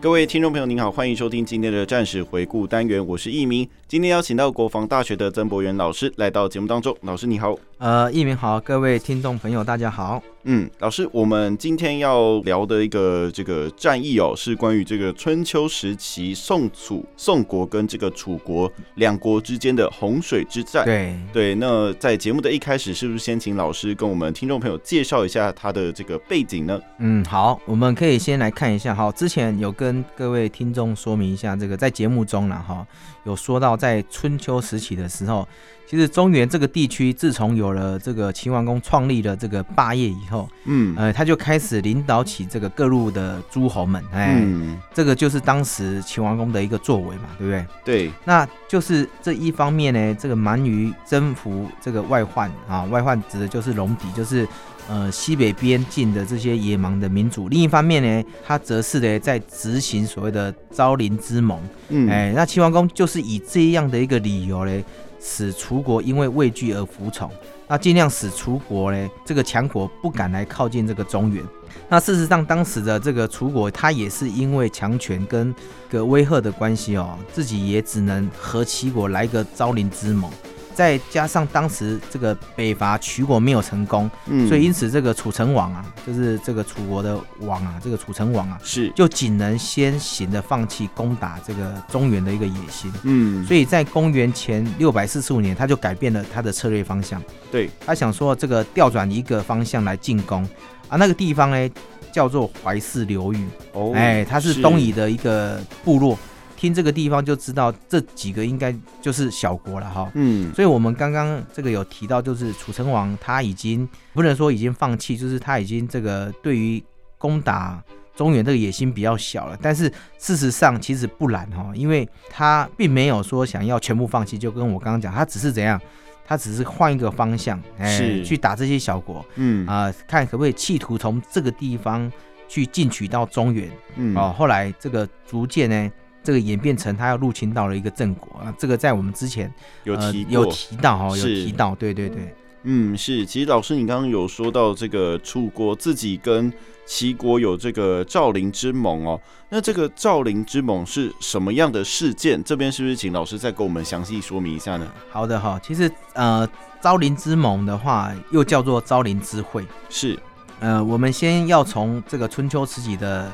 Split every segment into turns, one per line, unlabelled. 各位听众朋友，您好，欢迎收听今天的战史回顾单元，我是易明。今天邀请到国防大学的曾博元老师来到节目当中，老师你好。
呃，一鸣好，各位听众朋友，大家好。
嗯，老师，我们今天要聊的一个这个战役哦，是关于这个春秋时期宋楚宋国跟这个楚国两国之间的洪水之战。
对，
对，那在节目的一开始，是不是先请老师跟我们听众朋友介绍一下他的这个背景呢？
嗯，好，我们可以先来看一下哈，之前有跟各位听众说明一下，这个在节目中了哈，有说到在春秋时期的时候，其实中原这个地区自从有了这个秦王公创立了这个霸业以后，
嗯
呃，他就开始领导起这个各路的诸侯们，哎，
嗯，
这个就是当时秦王公的一个作为嘛，对不对？
对，
那就是这一方面呢，这个蛮于征服这个外患啊，外患指的就是戎狄，就是呃西北边境的这些野蛮的民族。另一方面呢，他则是呢在执行所谓的昭陵之盟。
嗯，
哎、那秦王公就是以这样的一个理由呢，使楚国因为畏惧而服从，那尽量使楚国呢这个强国不敢来靠近这个中原。那事实上，当时的这个楚国，他也是因为强权跟个威吓的关系哦，自己也只能和齐国来个昭陵之盟。再加上当时这个北伐齐国没有成功，
嗯
所以因此这个楚成王啊，就是这个楚国的王啊，这个楚成王啊，
是，
就仅能先行的放弃攻打这个中原的一个野心。
嗯，
所以在公元前六百四十五年，他就改变了他的策略方向。
对，
他想说这个调转一个方向来进攻啊，那个地方呢叫做怀氏流域，
哦
哎，它是东夷的一个部落。听这个地方就知道，这几个应该就是小国了哈。
嗯，
所以我们刚刚这个有提到，就是楚成王他已经不能说已经放弃，就是他已经这个对于攻打中原这个野心比较小了。但是事实上其实不然哈、哦，因为他并没有说想要全部放弃，就跟我刚刚讲，他只是怎样，他只是换一个方向，哎，
是
去打这些小国
嗯
啊、看可不可以企图从这个地方去进取到中原。
嗯
哦，，后来这个逐渐呢，这个演变成他要入侵到了一个郑国啊，这个在我们之前。
有提
呃、
过，
有提到哈、哦，有
是
提到，对对对，
嗯，是，其实老师你刚刚有说到这个楚国自己跟齐国有这个赵陵之盟哦，那这个赵陵之盟是什么样的事件？这边是不是请老师再给我们详细说明一下呢？
好的哈、其实呃，昭陵之盟的话，又叫做昭陵之会。
是，
呃，我们先要从这个春秋时期的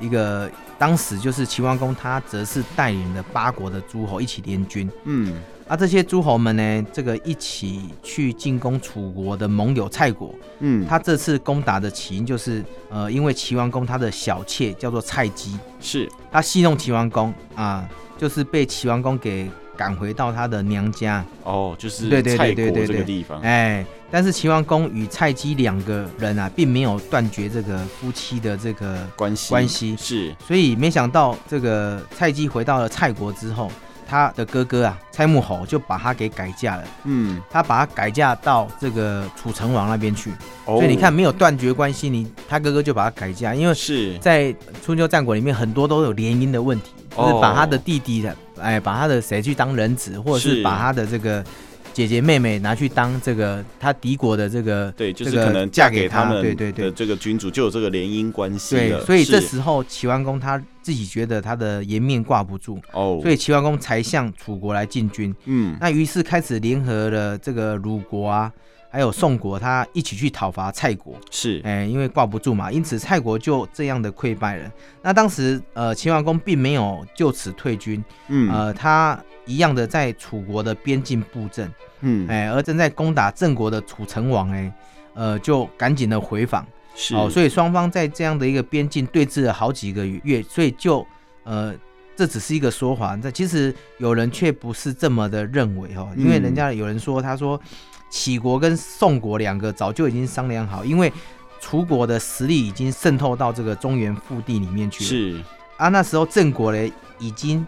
一个，当时就是齐桓公他则是带领了八国的诸侯一起联军，
嗯，
啊，这些诸侯们呢，这个一起去进攻楚国的盟友蔡国。
嗯，
他这次攻打的起因就是，呃，因为齐桓公他的小妾叫做蔡姬，
是，
他戏弄齐桓公啊，就是被齐桓公给赶回到他的娘家。
哦，就是
对对对
蔡
对
国
对
这个
对
地方，
哎，但是齐桓公与蔡姬两个人啊，并没有断绝这个夫妻的这个，
关系
关系
是，
所以没想到这个蔡姬回到了蔡国之后，他的哥哥啊蔡穆侯就把他给改嫁了，
嗯，
他把他改嫁到这个楚成王那边去。
哦，
所以你看，没有断绝关系，你他哥哥就把他改嫁，因为
是，
在春秋战国里面，很多都有联姻的问题，
哦
就是把他的弟弟的，哎，把他的谁去当人质，或者
是
是把他的这个姐姐妹妹拿去当这个他敌国的这个
对，就是
这个
可能
嫁
给
给他
们
对对对
的这个君主就有这个联姻关系
对，
了
所以这
是
时候齐桓公他自己觉得他的颜面挂不住，
哦，
所以齐桓公才向楚国来进军。
嗯，
那于是开始联合了这个鲁国啊，还有宋国，他一起去讨伐蔡国。
是，
哎，因为挂不住嘛，因此蔡国就这样的溃败了。那当时呃，秦桓公并没有就此退军，
嗯
呃，他一样的在楚国的边境布阵，
嗯，
哎，而正在攻打郑国的楚成王，哎，呃，就赶紧的回访。
是，
哦，所
以
以双方在这样的一个边境对峙了好几个月，所以就呃，这只是一个说法。那其实有人却不是这么的认为哦，因为
嗯
人家有人说，他说齐国跟宋国两个早就已经商量好，因为楚国的实力已经渗透到这个中原腹地里面去了。
是
啊，那时候郑国嘞已经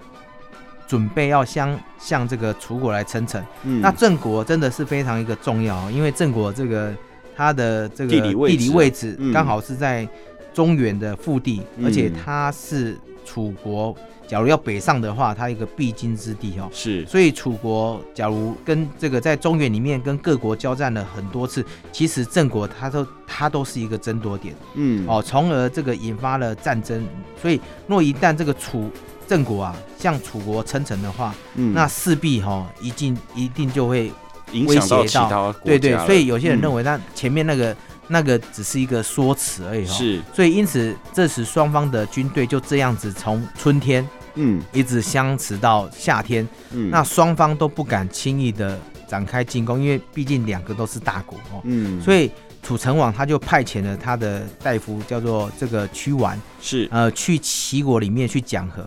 准备要向向这个楚国来称臣。
嗯，
那郑国真的是非常一个重要哦，因为郑国这个它的这个
地理位置
置
嗯
刚好是在中原的腹地，
嗯
而且它是楚国，假如要北上的话，它一个必经之地哦。
是
所以楚国假如跟这个在中原里面跟各国交战了很多次，其实郑国它都它都是一个争夺点
嗯
哦，从而这个引发了战争。所以若一旦这个楚郑国啊向楚国称臣的话，
嗯
那势必哈、哦、一定一定就会
影响到
威
其
胁到
他国
对对
家，了
所以有些人
嗯
认为那前面那个、那个只是一个说辞而已哈、哦。
是
所以因此这时双方的军队就这样子从春天
嗯
一直相持到夏天，
嗯
那双方都不敢轻易的展开进攻，因为毕竟两个都是大国哦。
嗯，
所
以
以楚成王他就派遣了他的大夫叫做这个屈完，
是
呃，去齐国里面去讲和。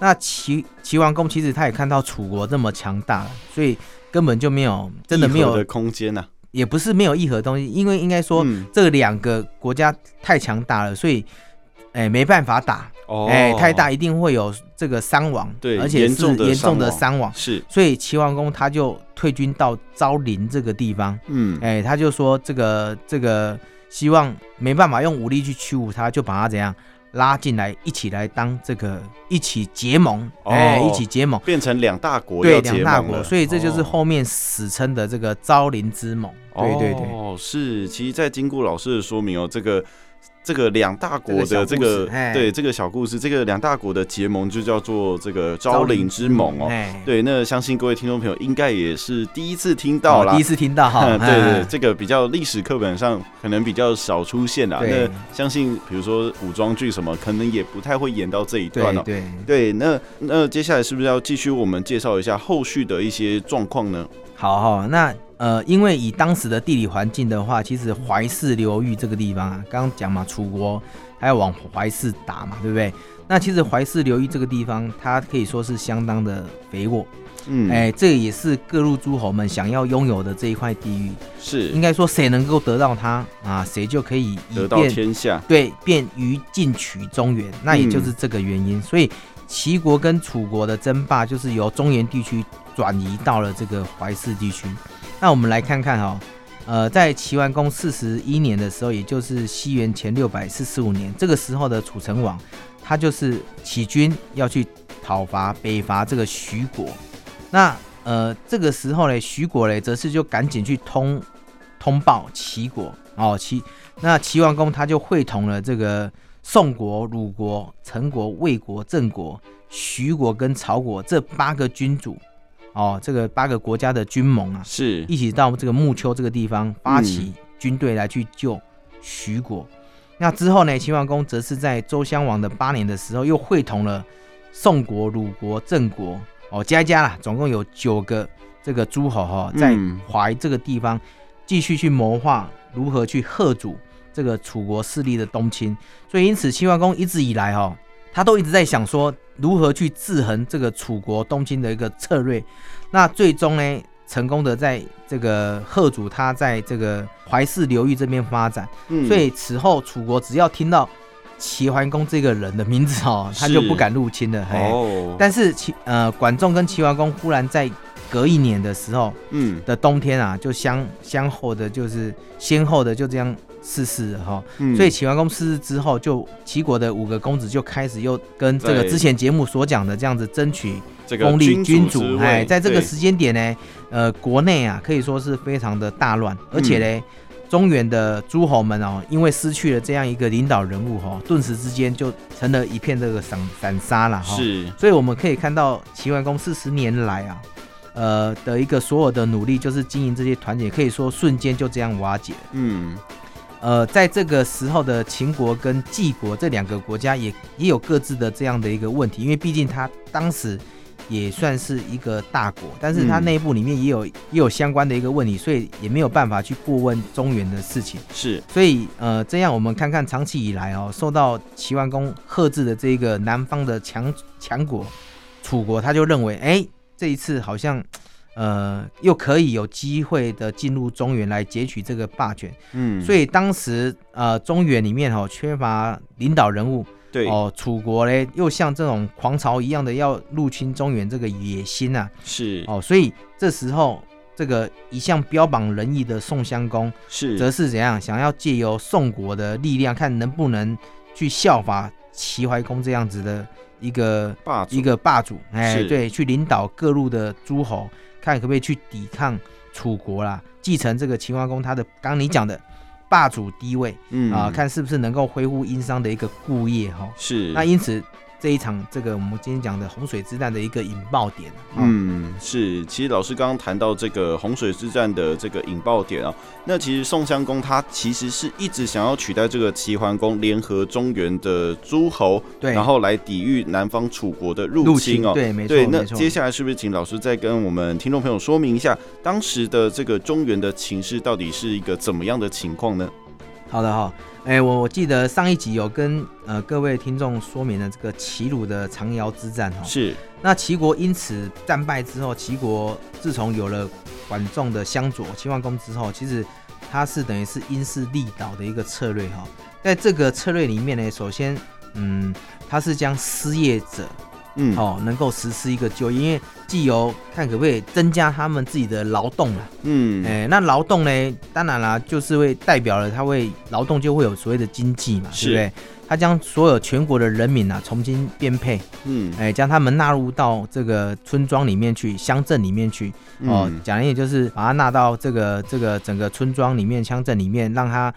那齐齐王公其实他也看到楚国这么强大了，所以根本就没有真的
议和
没有
的空间呐。
也不是没有议和的东西，因为应该说、
嗯
这两个国家太强大了，所以哎没办法打，
哦，
哎、太大一定会有这个伤亡，
对
而且
严
是
重的
严重的
伤亡
伤亡，
哦是
所以齐桓公他就退军到昭陵这个地方，
嗯
哎、他就说这个这个希望没办法用武力去驱逐他，就把他怎样拉进来，一起来当这个一起结盟，
哦
哎、一起结盟。
变成两大国
对
要
两
结
大
盟
国，
了，
所以这就是
哦
后面史称的这个昭陵之盟。对对对，
哦，是，其实，在经过老师的说明哦，这个这个两大国的这个
这个小故事哎
对这个小故事，这个两大国的结盟就叫做这个昭陵之盟哦。
哎，
对，那相信各位听众朋友应该也是第一次听到
我
啦。
哦第 一次听到哈。
对对，
哎
这个比较历史课本上可能比较少出现啦。那
对
相信比如说古装剧什么，可能也不太会演到这一段哦
对。
对，
对，
那那接下来是不是要继续我们介绍一下后续的一些状况呢？
好哈、那呃，因为以当时的地理环境的话，其实淮泗流域这个地方啊，刚刚讲嘛，楚国还要往淮泗打嘛，对不对？那其实淮泗流域这个地方，它可以说是相当的肥沃，
嗯，
哎、这也是各路诸侯们想要拥有的这一块地域。
是
应该说，谁能够得到它啊，谁就可以以
得到
便
天下。
对，便于进取中原，那也就是这个原因。所以齐国跟楚国的争霸，就是由中原地区转移到了这个淮泗地区。那我们来看看哦，呃，在齐桓公四十一年的时候，也就是西元前六百四十五年，这个时候的楚成王，他就是起军要去讨伐北伐这个徐国。那呃，这个时候嘞，徐国嘞，则是就赶紧去通通报齐国哦，齐那齐桓公他就会同了这个宋国、鲁国、陈国、魏国、郑国、徐国跟曹国这八个君主哦，这个八个国家的君盟啊，
是，
一起到这个木丘这个地方发起军队来去救徐国。那之后呢，秦桓公则是在周襄王的八年的时候，又会同了宋国、鲁国、郑国哦，加一加啦，总共有九个这个诸侯哈、哦，在
嗯
淮这个地方继续去谋划如何去贺阻这个楚国势力的东侵。所以因此，秦桓公一直以来哦，他都一直在想说如何去制衡这个楚国东侵的一个策略。那最终呢，成功的在这个贺主他在这个淮泗流域这边发展，
嗯
所以此后楚国只要听到齐桓公这个人的名字哦，
是
他就不敢入侵了。嘿，
哦，
哎但是齐呃管仲跟齐桓公忽然在隔一年的时候
嗯
的冬天啊，就相相后的就是先后的就这样逝世了哈、哦。
嗯，
所以齐桓公逝世之后，就齐国的五个公子就开始又跟这个
在
之前节目所讲的这样子争取
这个
公立君
之
主，
位
哎，在这个
对
时间点呢，呃，国内啊可以说是非常的大
嗯
乱，而且呢，中原的诸侯们哦，因为失去了这样一个领导人物哦，顿时之间就成了一片这个散散沙了哈、哦。
是
所以我们可以看到齐桓公四十年来啊，呃的一个所有的努力，就是经营这些团结，可以说瞬间就这样瓦解。
嗯
呃，在这个时候的秦国跟晋国这两个国家也也有各自的这样的一个问题，因为毕竟它当时也算是一个大国，但是它
嗯
内部里面也有、也有相关的一个问题，所以也没有办法去过问中原的事情。
是
所以呃，这样我们看看长期以来哦，受到齐桓公克制的这个南方的强强国楚国，他就认为，哎，这一次好像。呃，又可以有机会的进入中原来截取这个霸权。
嗯，
所以当时呃，中原里面哦缺乏领导人物
对，
哦，楚国嘞又像这种狂潮一样的要入侵中原这个野心啊
是
哦，所以这时候这个一向标榜仁义的宋襄公，则
是，
是怎样想要借由宋国的力量，看能不能去效法齐桓公这样子的一个
霸主
一个霸主，哎，
是
对，去领导各路的诸侯，看可不可以去抵抗楚国啦，继承这个秦桓公他的刚刚你讲的霸主地位
嗯
啊、看是不是能够恢复殷商的一个故业哈、
是
那因此这一场这个我们今天讲的洪水之战的一个引爆点，啊
嗯，是。其实老师刚刚谈到这个洪水之战的这个引爆点啊，那其实宋襄公他其实是一直想要取代这个齐桓公，联合中原的诸侯，
对，
然后来抵御南方楚国的入
入
侵
侵
哦。
对，没
对，
错，
那
没错
接。下来是不是请老师再跟我们听众朋友说明一下，当时的这个中原的情势到底是一个怎么样的情况呢？
好的哈、哎，我我记得上一集有跟呃各位听众说明了这个齐鲁的长窑之战哦。
是，
那齐国因此战败之后，齐国自从有了管仲的相佐齐桓公之后，其实他是等于是因势利导的一个策略哈、在这个策略里面呢，首先，嗯，他是将失业者
嗯，
哦能够实施一个就业，因为既有看可不可以增加他们自己的劳动啊，
嗯，
哎、那劳动呢？当然啦，就是会代表了他会劳动就会有所谓的经济嘛，
是
对不对？他将所有全国的人民啊重新编配，
嗯，
哎、将他们纳入到这个村庄里面去、乡镇里面去。哦，
嗯，
讲的也就是把它纳到这个这个整个村庄里面、乡镇里面，让他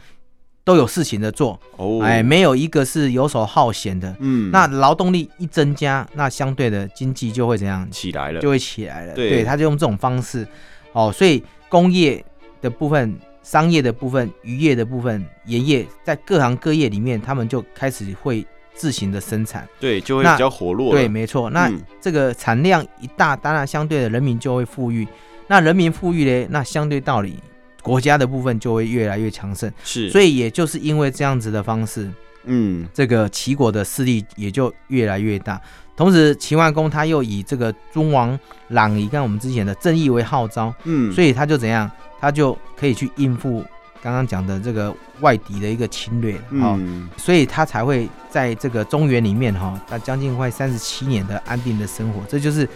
都有事情的做。
哦，
哎，，没有一个是游手好闲的。
嗯，
那劳动力一增加，那相对的经济就会怎样？
起来了，
就会起来了。
对
他就用这种方式，哦，所以工业的部分、商业的部分、渔业的部分、盐业，在各行各业里面，他们就开始会自行的生产。
对，就会
那
比较活络了，
对，没错。那
嗯
这个产量一大，当然相对的人民就会富裕。那人民富裕嘞，那相对道理，国家的部分就会越来越强盛。
是，
所
以，
以也就是因为这样子的方式，
嗯，
这个齐国的势力也就越来越大。同时，齐桓公他又以这个尊王攘夷，跟我们之前的正义为号召，
嗯，
所
以
以他就怎样，他就可以去应付刚刚讲的这个外敌的一个侵略，好、
嗯，
所以他才会在这个中原里面哈，他将近快三十七年的安定的生活，这就是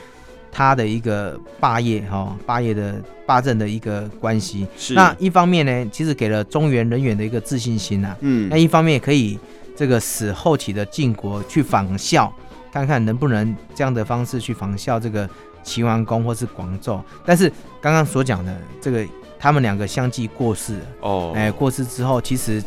他的一个霸业哈，霸业的霸政的一个关系。
是
那一方面呢，其实给了中原人员的一个自信心啊，
嗯
那一方面也可以这个使后期的晋国去仿效，看看能不能这样的方式去仿效这个齐桓公或是广纣。但是刚刚所讲的这个，他们两个相继过世了，
哦，
哎、过世之后其实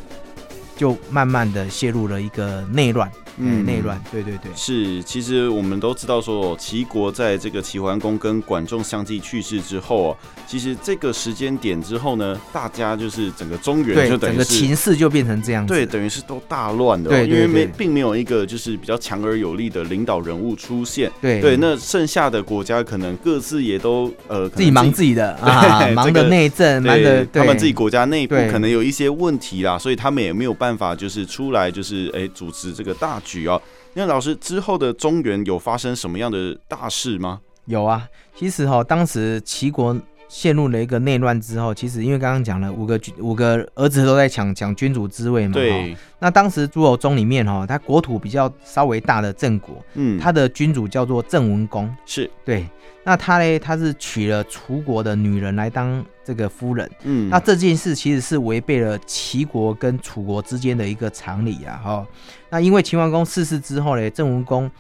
就慢慢的陷入了一个内乱，嗯，内乱，对对对，
是，其实我们都知道说，齐国在这个齐桓公跟管仲相继去世之后啊，其实这个时间点之后呢，大家就是整个中原就
对，
等
整
于
个
是。
情势就变成这样子，
对，等于是都大乱的哦、
对对
因为没
对
并没有一个就是比较强而有力的领导人物出现。
对
对，那剩下的国家可能各自也都呃，可能
自己忙自己的啊，
对
忙
这
的
个
内政，忙的
对，他们自己国家内部
对
可能有一些问题啦，所以他们也没有办法就是出来就是哎主持这个大局哦。那老师之后的中原有发生什么样的大事吗？
有啊，其实哈、当时齐国陷入了一个内乱之后，其实因为刚刚讲了五个君五个儿子都在抢抢君主之位嘛，哈
对，
那当时诸侯中里面哈、他国土比较稍微大的郑国，
嗯，
他的君主叫做郑文公，
是
对，那他嘞他是娶了楚国的女人来当这个夫人，
嗯，
那这件事其实是违背了齐国跟楚国之间的一个常理啊，哈、那因为秦桓公逝世之后嘞，郑文公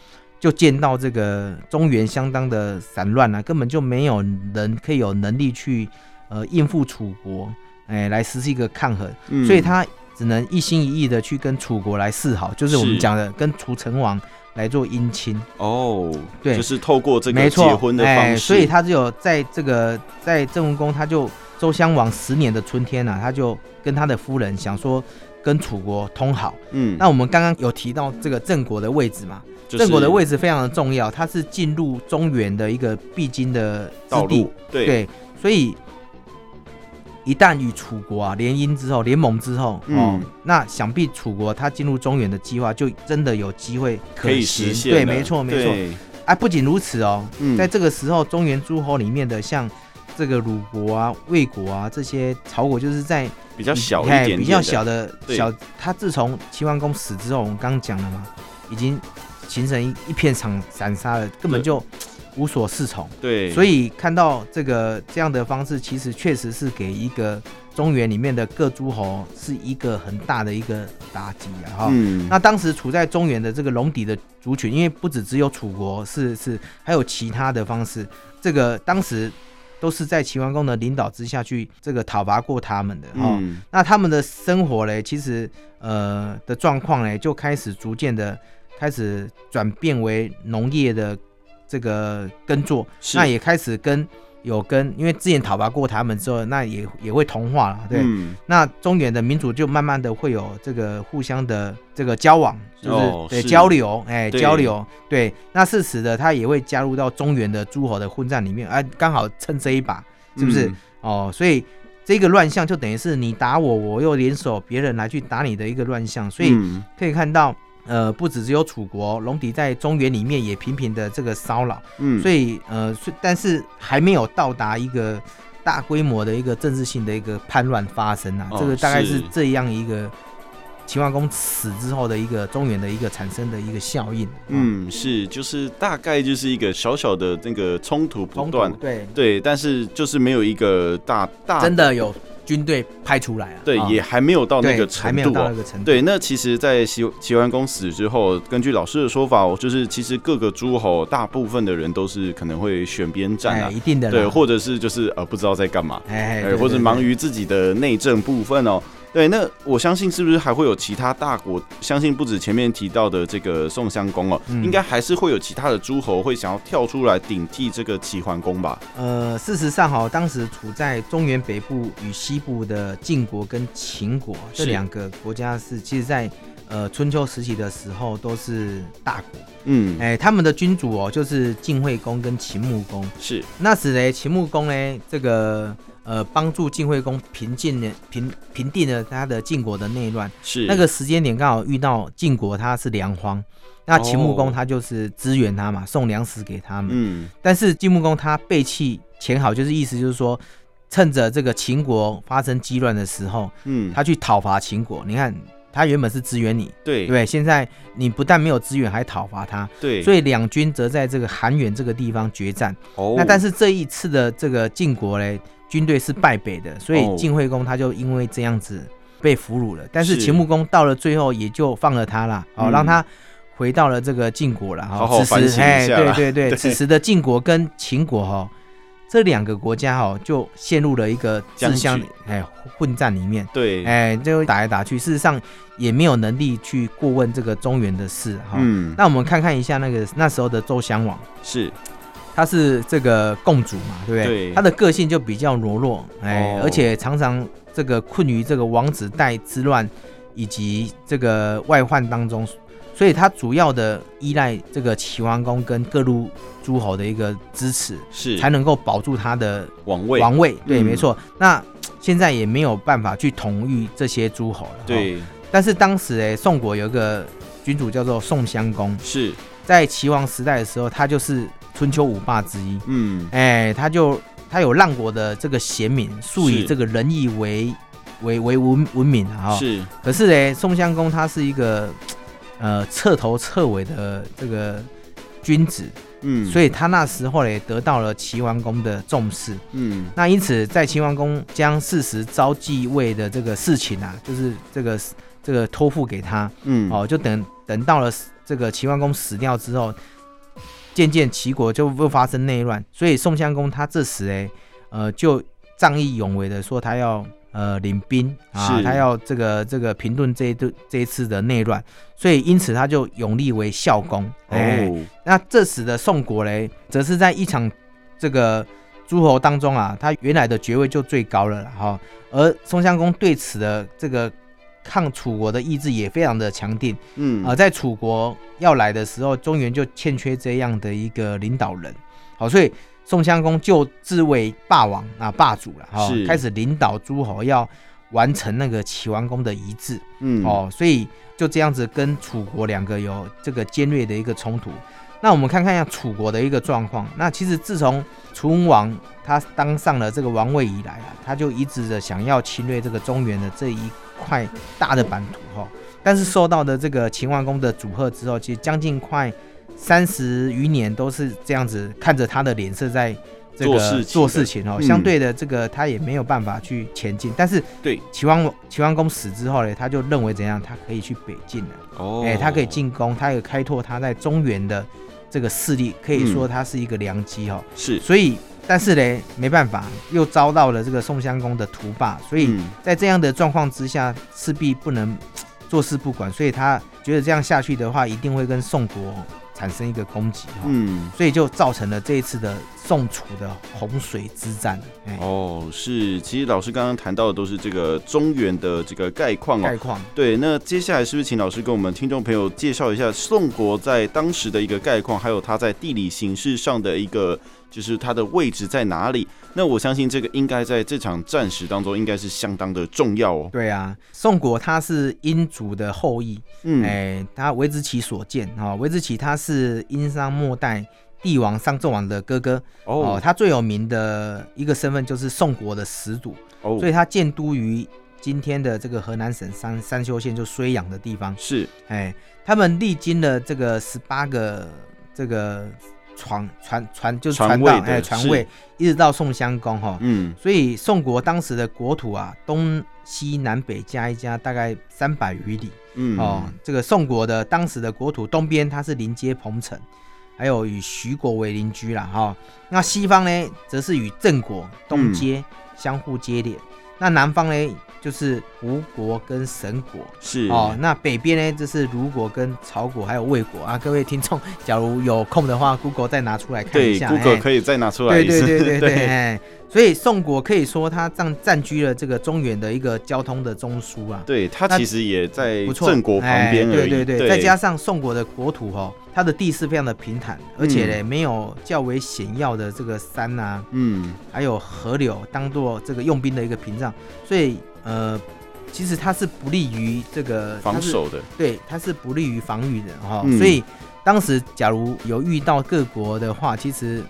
就见到这个中原相当的散乱啊，根本就没有人可以有能力去呃应付楚国，哎，来实施一个抗衡，
嗯
所以他只能一心一意的去跟楚国来示好，就是我们
是
讲的跟楚成王来做姻亲。
哦，
对
就是透过这个
没
结
错，
婚的
哎
方式，
所以他只有在这个在郑文公，他就周襄王十年的春天呢、啊他就跟他的夫人想说跟楚国通好。
嗯，
那我们刚刚有提到这个郑国的位置嘛，
就是
郑国的位置非常的重要，它是进入中原的一个必经的之
道
地
路，，对，
对，所以。一旦与楚国啊联姻之后，联盟之后，哦
嗯，
那想必楚国他进入中原的计划就真的有机会
可以
行
实现
对，
了
没错，没错。
对
啊，不仅如此哦，
嗯
在这个时候，中原诸侯里面的像这个鲁国啊、魏国啊这些曹国，就是在
比较小一
哎
点点的，
比较小的
对
小。他自从齐桓公死之后，我们刚刚讲了嘛，已经形成一一片场散沙了，根本
对
就无所适从。
对，
所以看到这个这样的方式，其实确实是给一个中原里面的各诸侯是一个很大的一个打击啊！哈、
嗯，
那当时处在中原的这个戎狄的族群，因为不只只有楚国是是，还有其他的方式，这个当时都是在齐桓公的领导之下去这个讨伐过他们的哈、
嗯
那他们的生活嘞，其实呃的状况嘞，就开始逐渐的开始转变为农业的这个耕作，
是
那也开始跟有跟，因为之前讨伐过他们之后，那也也会同化了，对。
嗯
那中原的民族就慢慢的会有这个互相的这个交往，就是、
哦
对
是
交流，哎，
对
交流，对。那适时的他也会加入到中原的诸侯的混战里面，啊，刚好趁这一把，是不是？
嗯
哦，所以这个乱象就等于是你打我，我又联手别人来去打你的一个乱象，所以
嗯
可以看到，呃，不只只有楚国，戎狄在中原里面也频频的这个骚扰。
嗯，
所
以
以呃，所以但是还没有到达一个大规模的一个政治性的一个叛乱发生啊，
哦
这个大概
是
是这样一个秦桓公死之后的一个中原的一个产生的一个效应，，
嗯是就是大概就是一个小小的那个冲突不
哦冲
断
突，对，
对，但是就是没有一个大大
真的有军队派出来啊，
对，
啊
也还没有到那
对
个
还
程
没有
度
到
哦
那。个程度，
对，那其实，在齐齐桓公死之后，根据老师的说法哦，就是其实各个诸侯大部分的人都是可能会选边站
哎，
啊，
一定的啦
对，或者是就是呃不知道在干嘛，
哎，
哎，
对
或者
对
忙
对
于自己的内政部分哦。对，那我相信是不是还会有其他大国？相信不止前面提到的这个宋襄公哦，
嗯
应该还是会有其他的诸侯会想要跳出来顶替这个齐桓公吧？
呃，事实上哈，当时处在中原北部与西部的晋国跟秦国这
是
两个国家是，其实在呃春秋时期的时候都是大国。
嗯，
哎、他们的君主哦，就是晋惠公跟秦穆公。
是，
那时嘞，秦穆公呢，这个呃帮助晋惠公平定了平平定了他的晋国的内乱。
是
那个时间点刚好遇到晋国他是粮荒，那秦穆
哦
公他就是支援他嘛，送粮食给他们。
嗯，
但是晋穆公他背弃前好，就是意思就是说，趁着这个秦国发生激乱的时候，
嗯，
他去讨伐秦国。你看，他原本是支援你，
对
对不对？现在你不但没有支援，还讨伐他，
对，
所
以
以两军则在这个韩原这个地方决战。
哦，
那但是这一次的这个晋国嘞，军队是败北的，所
哦
以晋惠公他就因为这样子被俘虏了。但是
是
秦穆公到了最后也就放了他啦，哦，
嗯
让他回到了这个晋国了。
好
哈、
好
此
反省
时，
一
哎，
下
对
啦
对对，
对
此时的晋国跟秦国哈、这两个国家哈、哦就陷入了一个自相
僵局
哎混战里面。
对，
哎，就打来打去，事实上也没有能力去过问这个中原的事哈。
嗯，
那我们看看一下那个那时候的周襄王，
是
她是这个共主嘛，对不对？
对
她的个性就比较柔弱，哎，
哦
而且常常这个困于这个王子带之乱以及这个外患当中，所以她主要的依赖这个齐桓公跟各路诸侯的一个支持，
是
才能够保住她的
王位，
王位。对，
嗯
没错。那现在也没有办法去统御这些诸侯了。哦，
对，
但是当时哎，宋国有一个君主叫做宋襄公，
是，
在齐王时代的时候，他就是春秋五霸之一。
嗯，
哎，他就他有让国的这个贤名，素以
是
这个仁义为为为文文明啊、哦。
是，
可是呢，宋襄公他是一个呃彻头彻尾的这个君子，
嗯，
所
以，
以他那时候呢得到了齐桓公的重视。
嗯，
那因此，在秦桓公将事实招继位的这个事情啊，就是这个这个托付给他，
嗯，
哦，就等等到了这个齐桓公死掉之后，渐渐齐国就又发生内乱，所以宋襄公他这时哎，呃，就仗义勇为的说他要呃领兵啊，
是
他要这个这个平顿这一顿这一次的内乱，所以因此他就永立为孝公。哎，
哦，
那这时的宋国嘞，则是在一场这个诸侯当中啊，他原来的爵位就最高了啦哈、而宋襄公对此的这个抗楚国的意志也非常的强定
嗯，
啊、呃在楚国要来的时候，中原就欠缺这样的一个领导人，好、所以宋襄公就自为霸王啊霸主了哈、
是
开始领导诸侯要完成那个齐桓公的遗志。
嗯，
哦，所以就这样子跟楚国两个有这个尖锐的一个冲突。那我们看看一下楚国的一个状况。那其实自从楚文王他当上了这个王位以来啊，他就一直的想要侵略这个中原的这一块大的版图哈、但是受到的这个秦桓公的阻吓之后，其实将近快三十余年都是这样子看着他的脸色在这个
做事情的
做事情哦。
嗯
相对的，这个他也没有办法去前进。但是
对
秦王秦王公死之后呢，他就认为怎样，他可以去北进了。
哦，
哎、他可以，进攻，他有开拓他在中原的这个势力，可以
嗯
说他是一个良机哦。
是，
所以，但是嘞，没办法，又遭到了这个宋襄公的图霸，所以
嗯，
在这样的状况之下，势必不能坐视不管，所以他觉得这样下去的话，一定会跟宋国产生一个攻击哦哈、
嗯，
所以就造成了这一次的宋楚的洪水之战。哎、
哦，是，其实老师刚刚谈到的都是这个中原的这个概况哦
概。况。
对，那接下来是不是请老师跟我们听众朋友介绍一下宋国在当时的一个概况，还有它在地理形势上的一个，就是它的位置在哪里？那我相信这个应该在这场战事当中应该是相当的重要哦。
对啊，宋国他是殷族的后裔，
嗯，
哎，他维之奇所见哈、哦，维之奇他是殷商末代帝王商纣王的哥哥哦
哦，
他最有名的一个身份就是宋国的始祖，
哦，
所以他建都于今天的这个河南省三三丘县，就睢阳的地方。
是，
哎，他们历经了这个十八个这个传传传，就是
传
传
位
到
的
哎传位，一直到宋襄公哈、哦。
嗯，
所以宋国当时的国土啊，东西南北加一加，大概三百余里。
嗯，
哦，这个宋国的当时的国土东边它是临接彭城，还有与徐国为邻居啦哈、那西方呢，则是与郑国东接、
嗯
相互接连。那南方呢，就是吴国跟沈国。
是，
哦，，那北边呢，就是吴国跟曹国还有魏国啊。各位听众，假如有空的话，Google 再拿出来看一
对
下。
，Google
哎
可以再拿出来一次，
对对对对
对
对，哎所以宋国可以说它占占据了这个中原的一个交通的中枢啊。
对，它
那
其实也在
不错，
郑国旁边
哎
而已，
对对
对，
再加上宋国的国土哦，它的地势非常的平坦，
嗯
而且呢、没有较为险要的这个山啊，
嗯，
还有河流当做这个用兵的一个屏障，所以呃，其实它是不利于这个
防，
它
守的，
是对，它是不利于防御的哈、哦
嗯
所以当时假如有遇到各国的话，其实。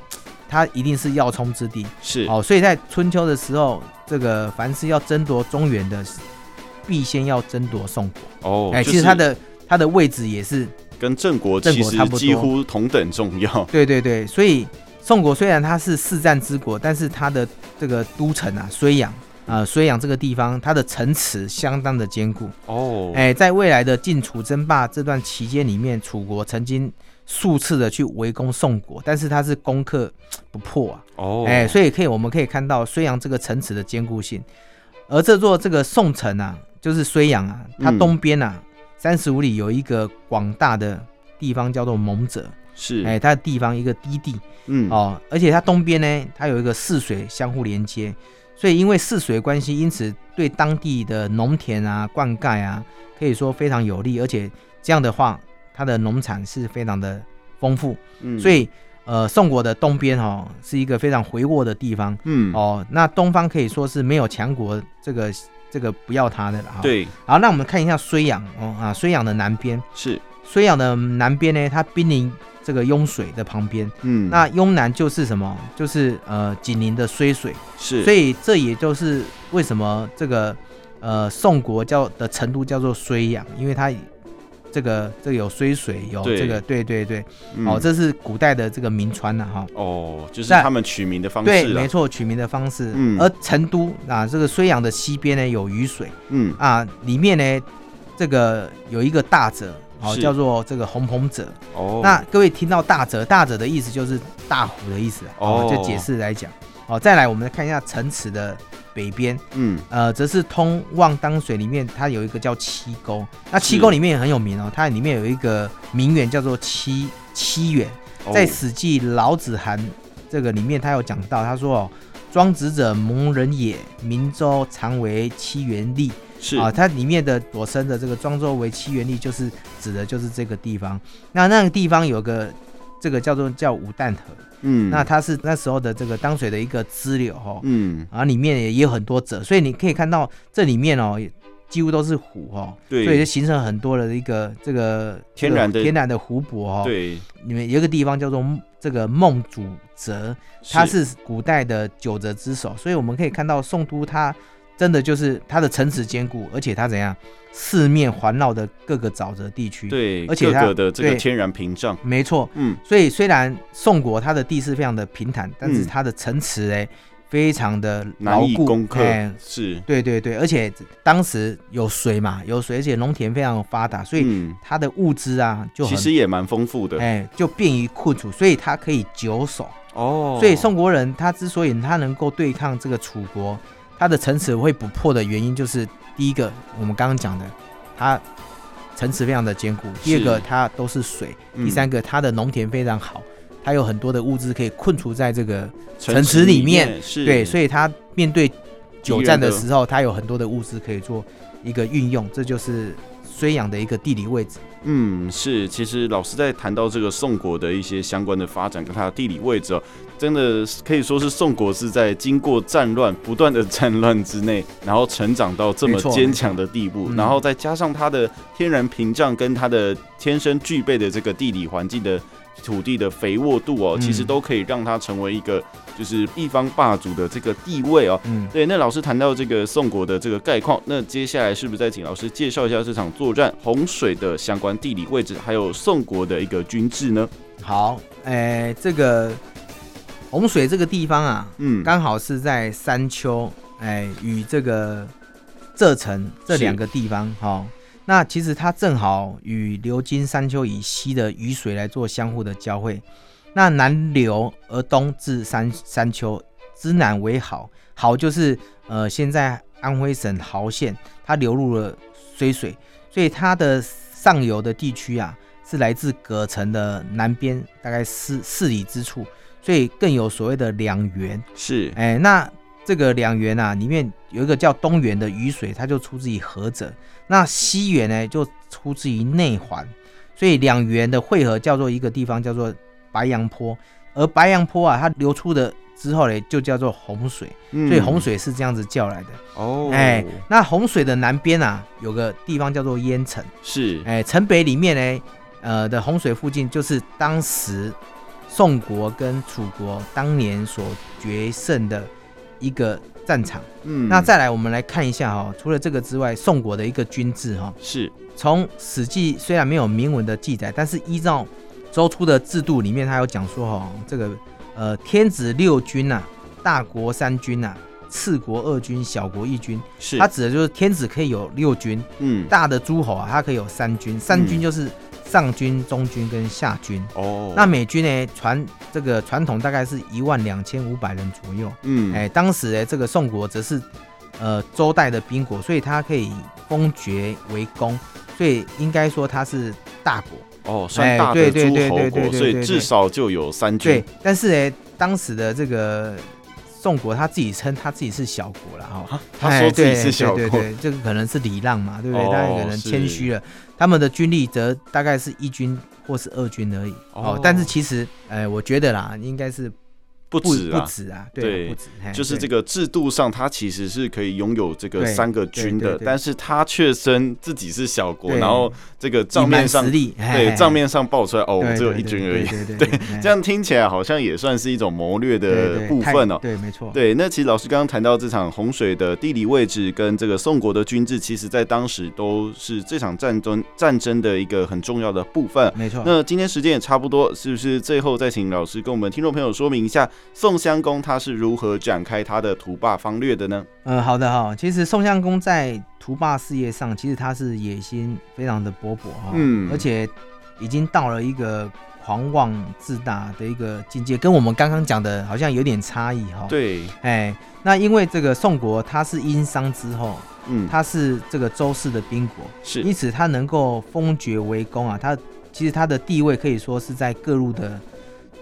它一定是要冲之地
是，
哦，所以在春秋的时候，这个凡是要争夺中原的，必先要争夺宋国。
哦，
哎、
就
其实
是
它的它的位置也是，
跟郑国
郑
其
国
实
差不多
几乎同等重要，
对对对，所以宋国虽然它是四战之国，但是它的这个都城啊，睢阳啊，睢阳这个地方，它的城池相当的坚固。
哦，
哎、在未来的晋楚争霸这段期间里面，楚国曾经数次的去围攻宋国，但是它是攻克不破啊。
哦，
哎、所以可以我们可以看到睢阳这个城池的坚固性，而这座这个宋城啊，就是睢阳啊，它
嗯
东边啊三十五里有一个广大的地方叫做蒙泽，
是，
哎、它的地方一个低地
嗯，
哦，而且它东边呢，它有一个泗水相互连接，所以因为泗水的关系，因此对当地的农田啊、灌溉啊，可以说非常有利，而且这样的话，它的农产是非常的丰富，
嗯
所，以呃，宋国的东边哦是一个非常肥沃的地方
嗯，
哦。那东方可以说是没有强国这个这个不要它的了哈。。
对，
好，那我们看一下睢阳哦啊，睢阳的南边，
是，
睢阳的南边呢，它濒临这个雍水的旁边。
嗯，
那雍南就是什么？就是呃紧邻的睢水，
是，
所
以，
以这也就是为什么这个呃宋国叫的成都叫做睢阳，因为它这个这个有睢水，有
对
这个对对对。哦，这是古代的这个名川呐、哈、
嗯哦，就是
在
他们取名的方
对，
式啦
没，错，取名的方式。
嗯
而成都啊，这个睢阳的西边呢有雨水
嗯，
啊，里面呢这个有一个大泽，哦，
是
叫做这个洪洪泽。
哦，
那各位听到大泽，大泽的意思就是大湖的意思啊，
哦
就解释来讲。哦，再来我们看一下城池的北边，
嗯，
呃，则是通望当水里面，它有一个叫七沟。那七沟
是
里面也很有名哦，它里面有一个名园叫做七七园。
哦
在《史记·老子韩》这个里面，他有讲到，他说哦，庄子者蒙人也，明州常为七元利
是
啊。它里面的所生的这个庄周为七元利，就是指的就是这个地方。那那个地方有个这个叫做叫武旦河，
嗯，
那它是那时候的这个当水的一个支流哦，
嗯，
然后里面也也有很多者，所以你可以看到这里面哦。几乎都是湖哦，
对
所以就形成很多的一个这个
天然的
这个天然的湖泊哦。，
对，
你们有一个地方叫做这个孟祖泽，它是古代的九泽之首，所以我们可以看到宋都它真的就是它的城池坚固，而且它怎样四面环绕的各个沼泽地区。，
对
而且
各
它
个的这个
对
天然屏障，
没错。
嗯，
所以虽然宋国它的地势非常的平坦，但是
嗯
它的城池哎、非常的牢
难以
固，
攻克
哎，
是，
对对对，而且当时有水嘛，有水，而且农田非常发达，所以
嗯，
它的物资啊就
其
很
实也蛮丰富的
哎就便于困楚，所以它可以久守。
哦
所以宋国人他之所以他能够对抗这个楚国，他的城池会不破的原因就是第一个我们刚刚讲的，他城池非常的坚固；第二个
是
它都是水；
嗯
第三个它的农田非常好，它有很多的物资可以困住在这个
城
城
池
池
里
里面
是，
对，所
以
以他面对久战的
敌人的
时候，他有很多的物资可以做一个运用，这就是睢阳的一个地理位置。
嗯是，其实老师在谈到这个宋国的一些相关的发展跟它的地理位置哦，真的是可以说是宋国是在经过战乱不断的战乱之内，然后成长到这么
没错
坚强的地步，
嗯
然后再加上它的天然屏障跟它的天生具备的这个地理环境的。土地的肥沃度哦，
嗯
其实都可以让它成为一个就是一方霸主的这个地位哦。
嗯，
对，那老师谈到这个宋国的这个概况，那接下来是不是再请老师介绍一下这场作战洪水的相关地理位置，还有宋国的一个军制呢？
好，诶、这个洪水这个地方啊，
嗯，
刚好是在山丘，哎、与这个柘城这
是
两个地方，哈、那其实它正好与流经山丘以西的雨水来做相互的交汇。那南流而东至山山丘，之南为濠，濠就是呃现在安徽省濠县，它流入了睢水，所以它的上游的地区啊是来自葛城的南边大概四四里之处，所以更有所谓的两源。
是，
哎，那这个两源啊，里面有一个叫东源的雨水，它就出自于菏泽；那西源呢，就出自于内环。所以两源的汇合叫做一个地方叫做白杨坡，而白杨坡啊，它流出的之后呢，就叫做洪水。
嗯
所以洪水是这样子叫来的。
哦，
哎，那洪水的南边啊，有个地方叫做淹城。
是，
哎，城北里面呢，呃的洪水附近就是当时宋国跟楚国当年所决胜的一个战场。
嗯
那再来，我们来看一下哈、除了这个之外，宋国的一个军制哈、
是，
从《史记》虽然没有明文的记载，但是依照周初的制度里面，它有讲说哦，这个呃天子六军呐、大国三军呐、次国二军、小国一军，
是，
它指的就是天子可以有六军，
嗯，
大的诸侯啊，它可以有三军，三军就是上军、中军跟下军。
哦，
那美军呢，传这个传统大概是一万两千五百人左右。
嗯，
哎，当时呢，这个宋国则是呃周代的宾国，所以它可以封爵为公，所以应该说它是大国。
哦，算
哎
大的
对
诸
对对
侯
对
国，
对对
所以
对
至少就有三
对
军，，
但是呢，当时的这个宋国他自己称他自己是小国了哈、
啊他说自己是小
哎对
国，
对对，这个可能是礼让嘛，对不对？
哦
他可能谦虚了。他们的军力则大概是一军或是二军而已。哦，
哦
但是其实，哎、我觉得啦，应该是
不
不
止啊，
止啊，
对
对啊，不止，嘿
就是
对
这个制度上，它其实是可以拥有这个
对
三个军的，
对对对
但是它却称自己是小国，
对
然后这个账
隐瞒
面上
实力，
对
嘿
账面上报出来哦，
哎
我
对
只有
对
一军而已。
对 对对对，嘿
这样听起来好像也算是一种谋略
对
的
对
部
太
分哦。
对，没错，
对，那其实老师刚刚谈到这场洪水的地理位置跟这个宋国的军制，其实在当时都是这场战争战争的一个很重要的部分。
没错。
那今天时间也差不多，是不是最后再请老师跟我们听众朋友说明一下宋襄公他是如何展开他的图霸方略的呢？
嗯，好的哈、其实宋襄公在图霸事业上，其实他是野心非常的勃勃哈、
嗯
而且已经到了一个狂妄自大的一个境界，跟我们刚刚讲的好像有点差异哈、，
对，
哎，那因为这个宋国它是殷商之后，
嗯，
它是这个周氏的宾国，
是
因此他能够封爵为公啊，他其实他的地位可以说是在各路的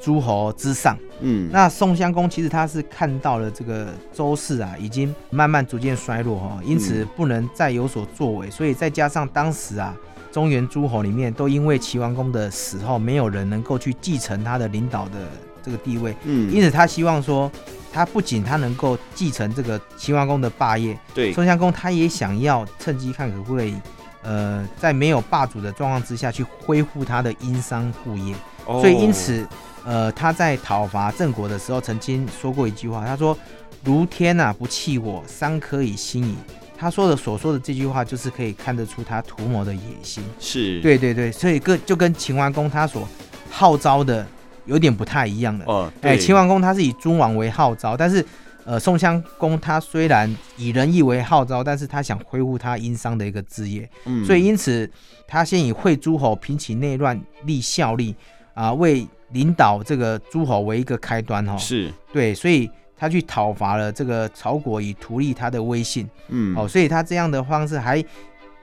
诸侯之上。
嗯，
那宋襄公其实他是看到了这个周氏啊，已经慢慢逐渐衰落哈、哦，因此
嗯
不能再有所作为，所以再加上当时啊，中原诸侯里面都因为齐桓公的死后，没有人能够去继承他的领导的这个地位，因
嗯，
此他希望说，他不仅他能够继承这个齐桓公的霸业，
对，
宋襄公他也想要趁机看可不可以，呃，在没有霸主的状况之下去恢复他的殷商户业，
哦
所以因此，呃，他在讨伐郑国的时候曾经说过一句话，他说：“如天啊，不弃我，商可以兴矣。”他说的所说的这句话，就是可以看得出他图谋的野心。
是，
对对对，所以跟就跟秦桓公他所号召的有点不太一样了。
哦，
哎，
对
秦桓公他是以诸王为号召，但是呃，宋襄公他虽然以仁义为号召，但是他想恢复他殷商的一个志业，
嗯
所以因此他先以会诸侯，平起内乱，立效力啊、为领导这个诸侯为一个开端哈、哦。
是，
对，所以他去讨伐了这个曹国，以图利他的威信。
嗯，
哦，所以他这样的方式还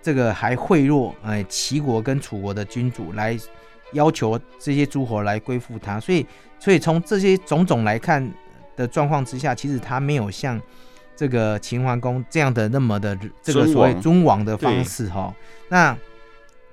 这个还贿赂哎齐国跟楚国的君主来要求这些诸侯来归附他，所以所以从这些种种来看的状况之下，其实他没有像这个秦桓公这样的那么的这个
尊
所谓
王
尊王的方
对
式哈、那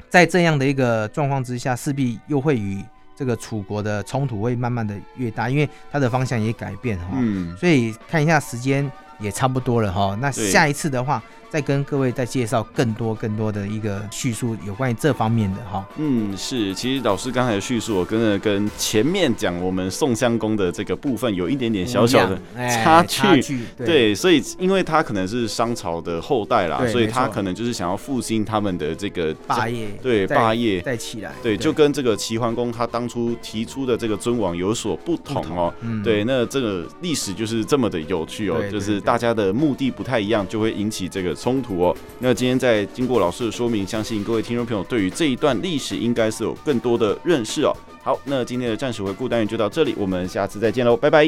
在这样的一个状况之下，势必又会与这个楚国的冲突会慢慢的越大，因为他的方向也改变哈、
嗯，
所以看一下时间也差不多了哈。那
对
下一次的话，再跟各位再介绍更多更多的一个叙述有关于这方面的哈。
嗯，是，其实老师刚才的叙述，我跟跟前面讲我们宋襄公的这个部分有一点点小小的
不一样哎
插
差
曲
距，对
对，所以因为他可能是商朝的后代啦，
对
所以
没
他
错
可能就是想要复兴他们的这个
霸业，
对
再
霸业。
再起来，
对，就跟这个齐桓公他当初提出的这个尊王有所不同哦。
嗯
对，那这个历史就是这么的有趣哦
对，对
就是
对
大家的目的不太一样，就会引起这个冲突哦。那今天在经过老师的说明，相信各位听众朋友对于这一段历史应该是有更多的认识哦。好，那今天的战史回顾单元就到这里，我们下次再见喽，拜拜。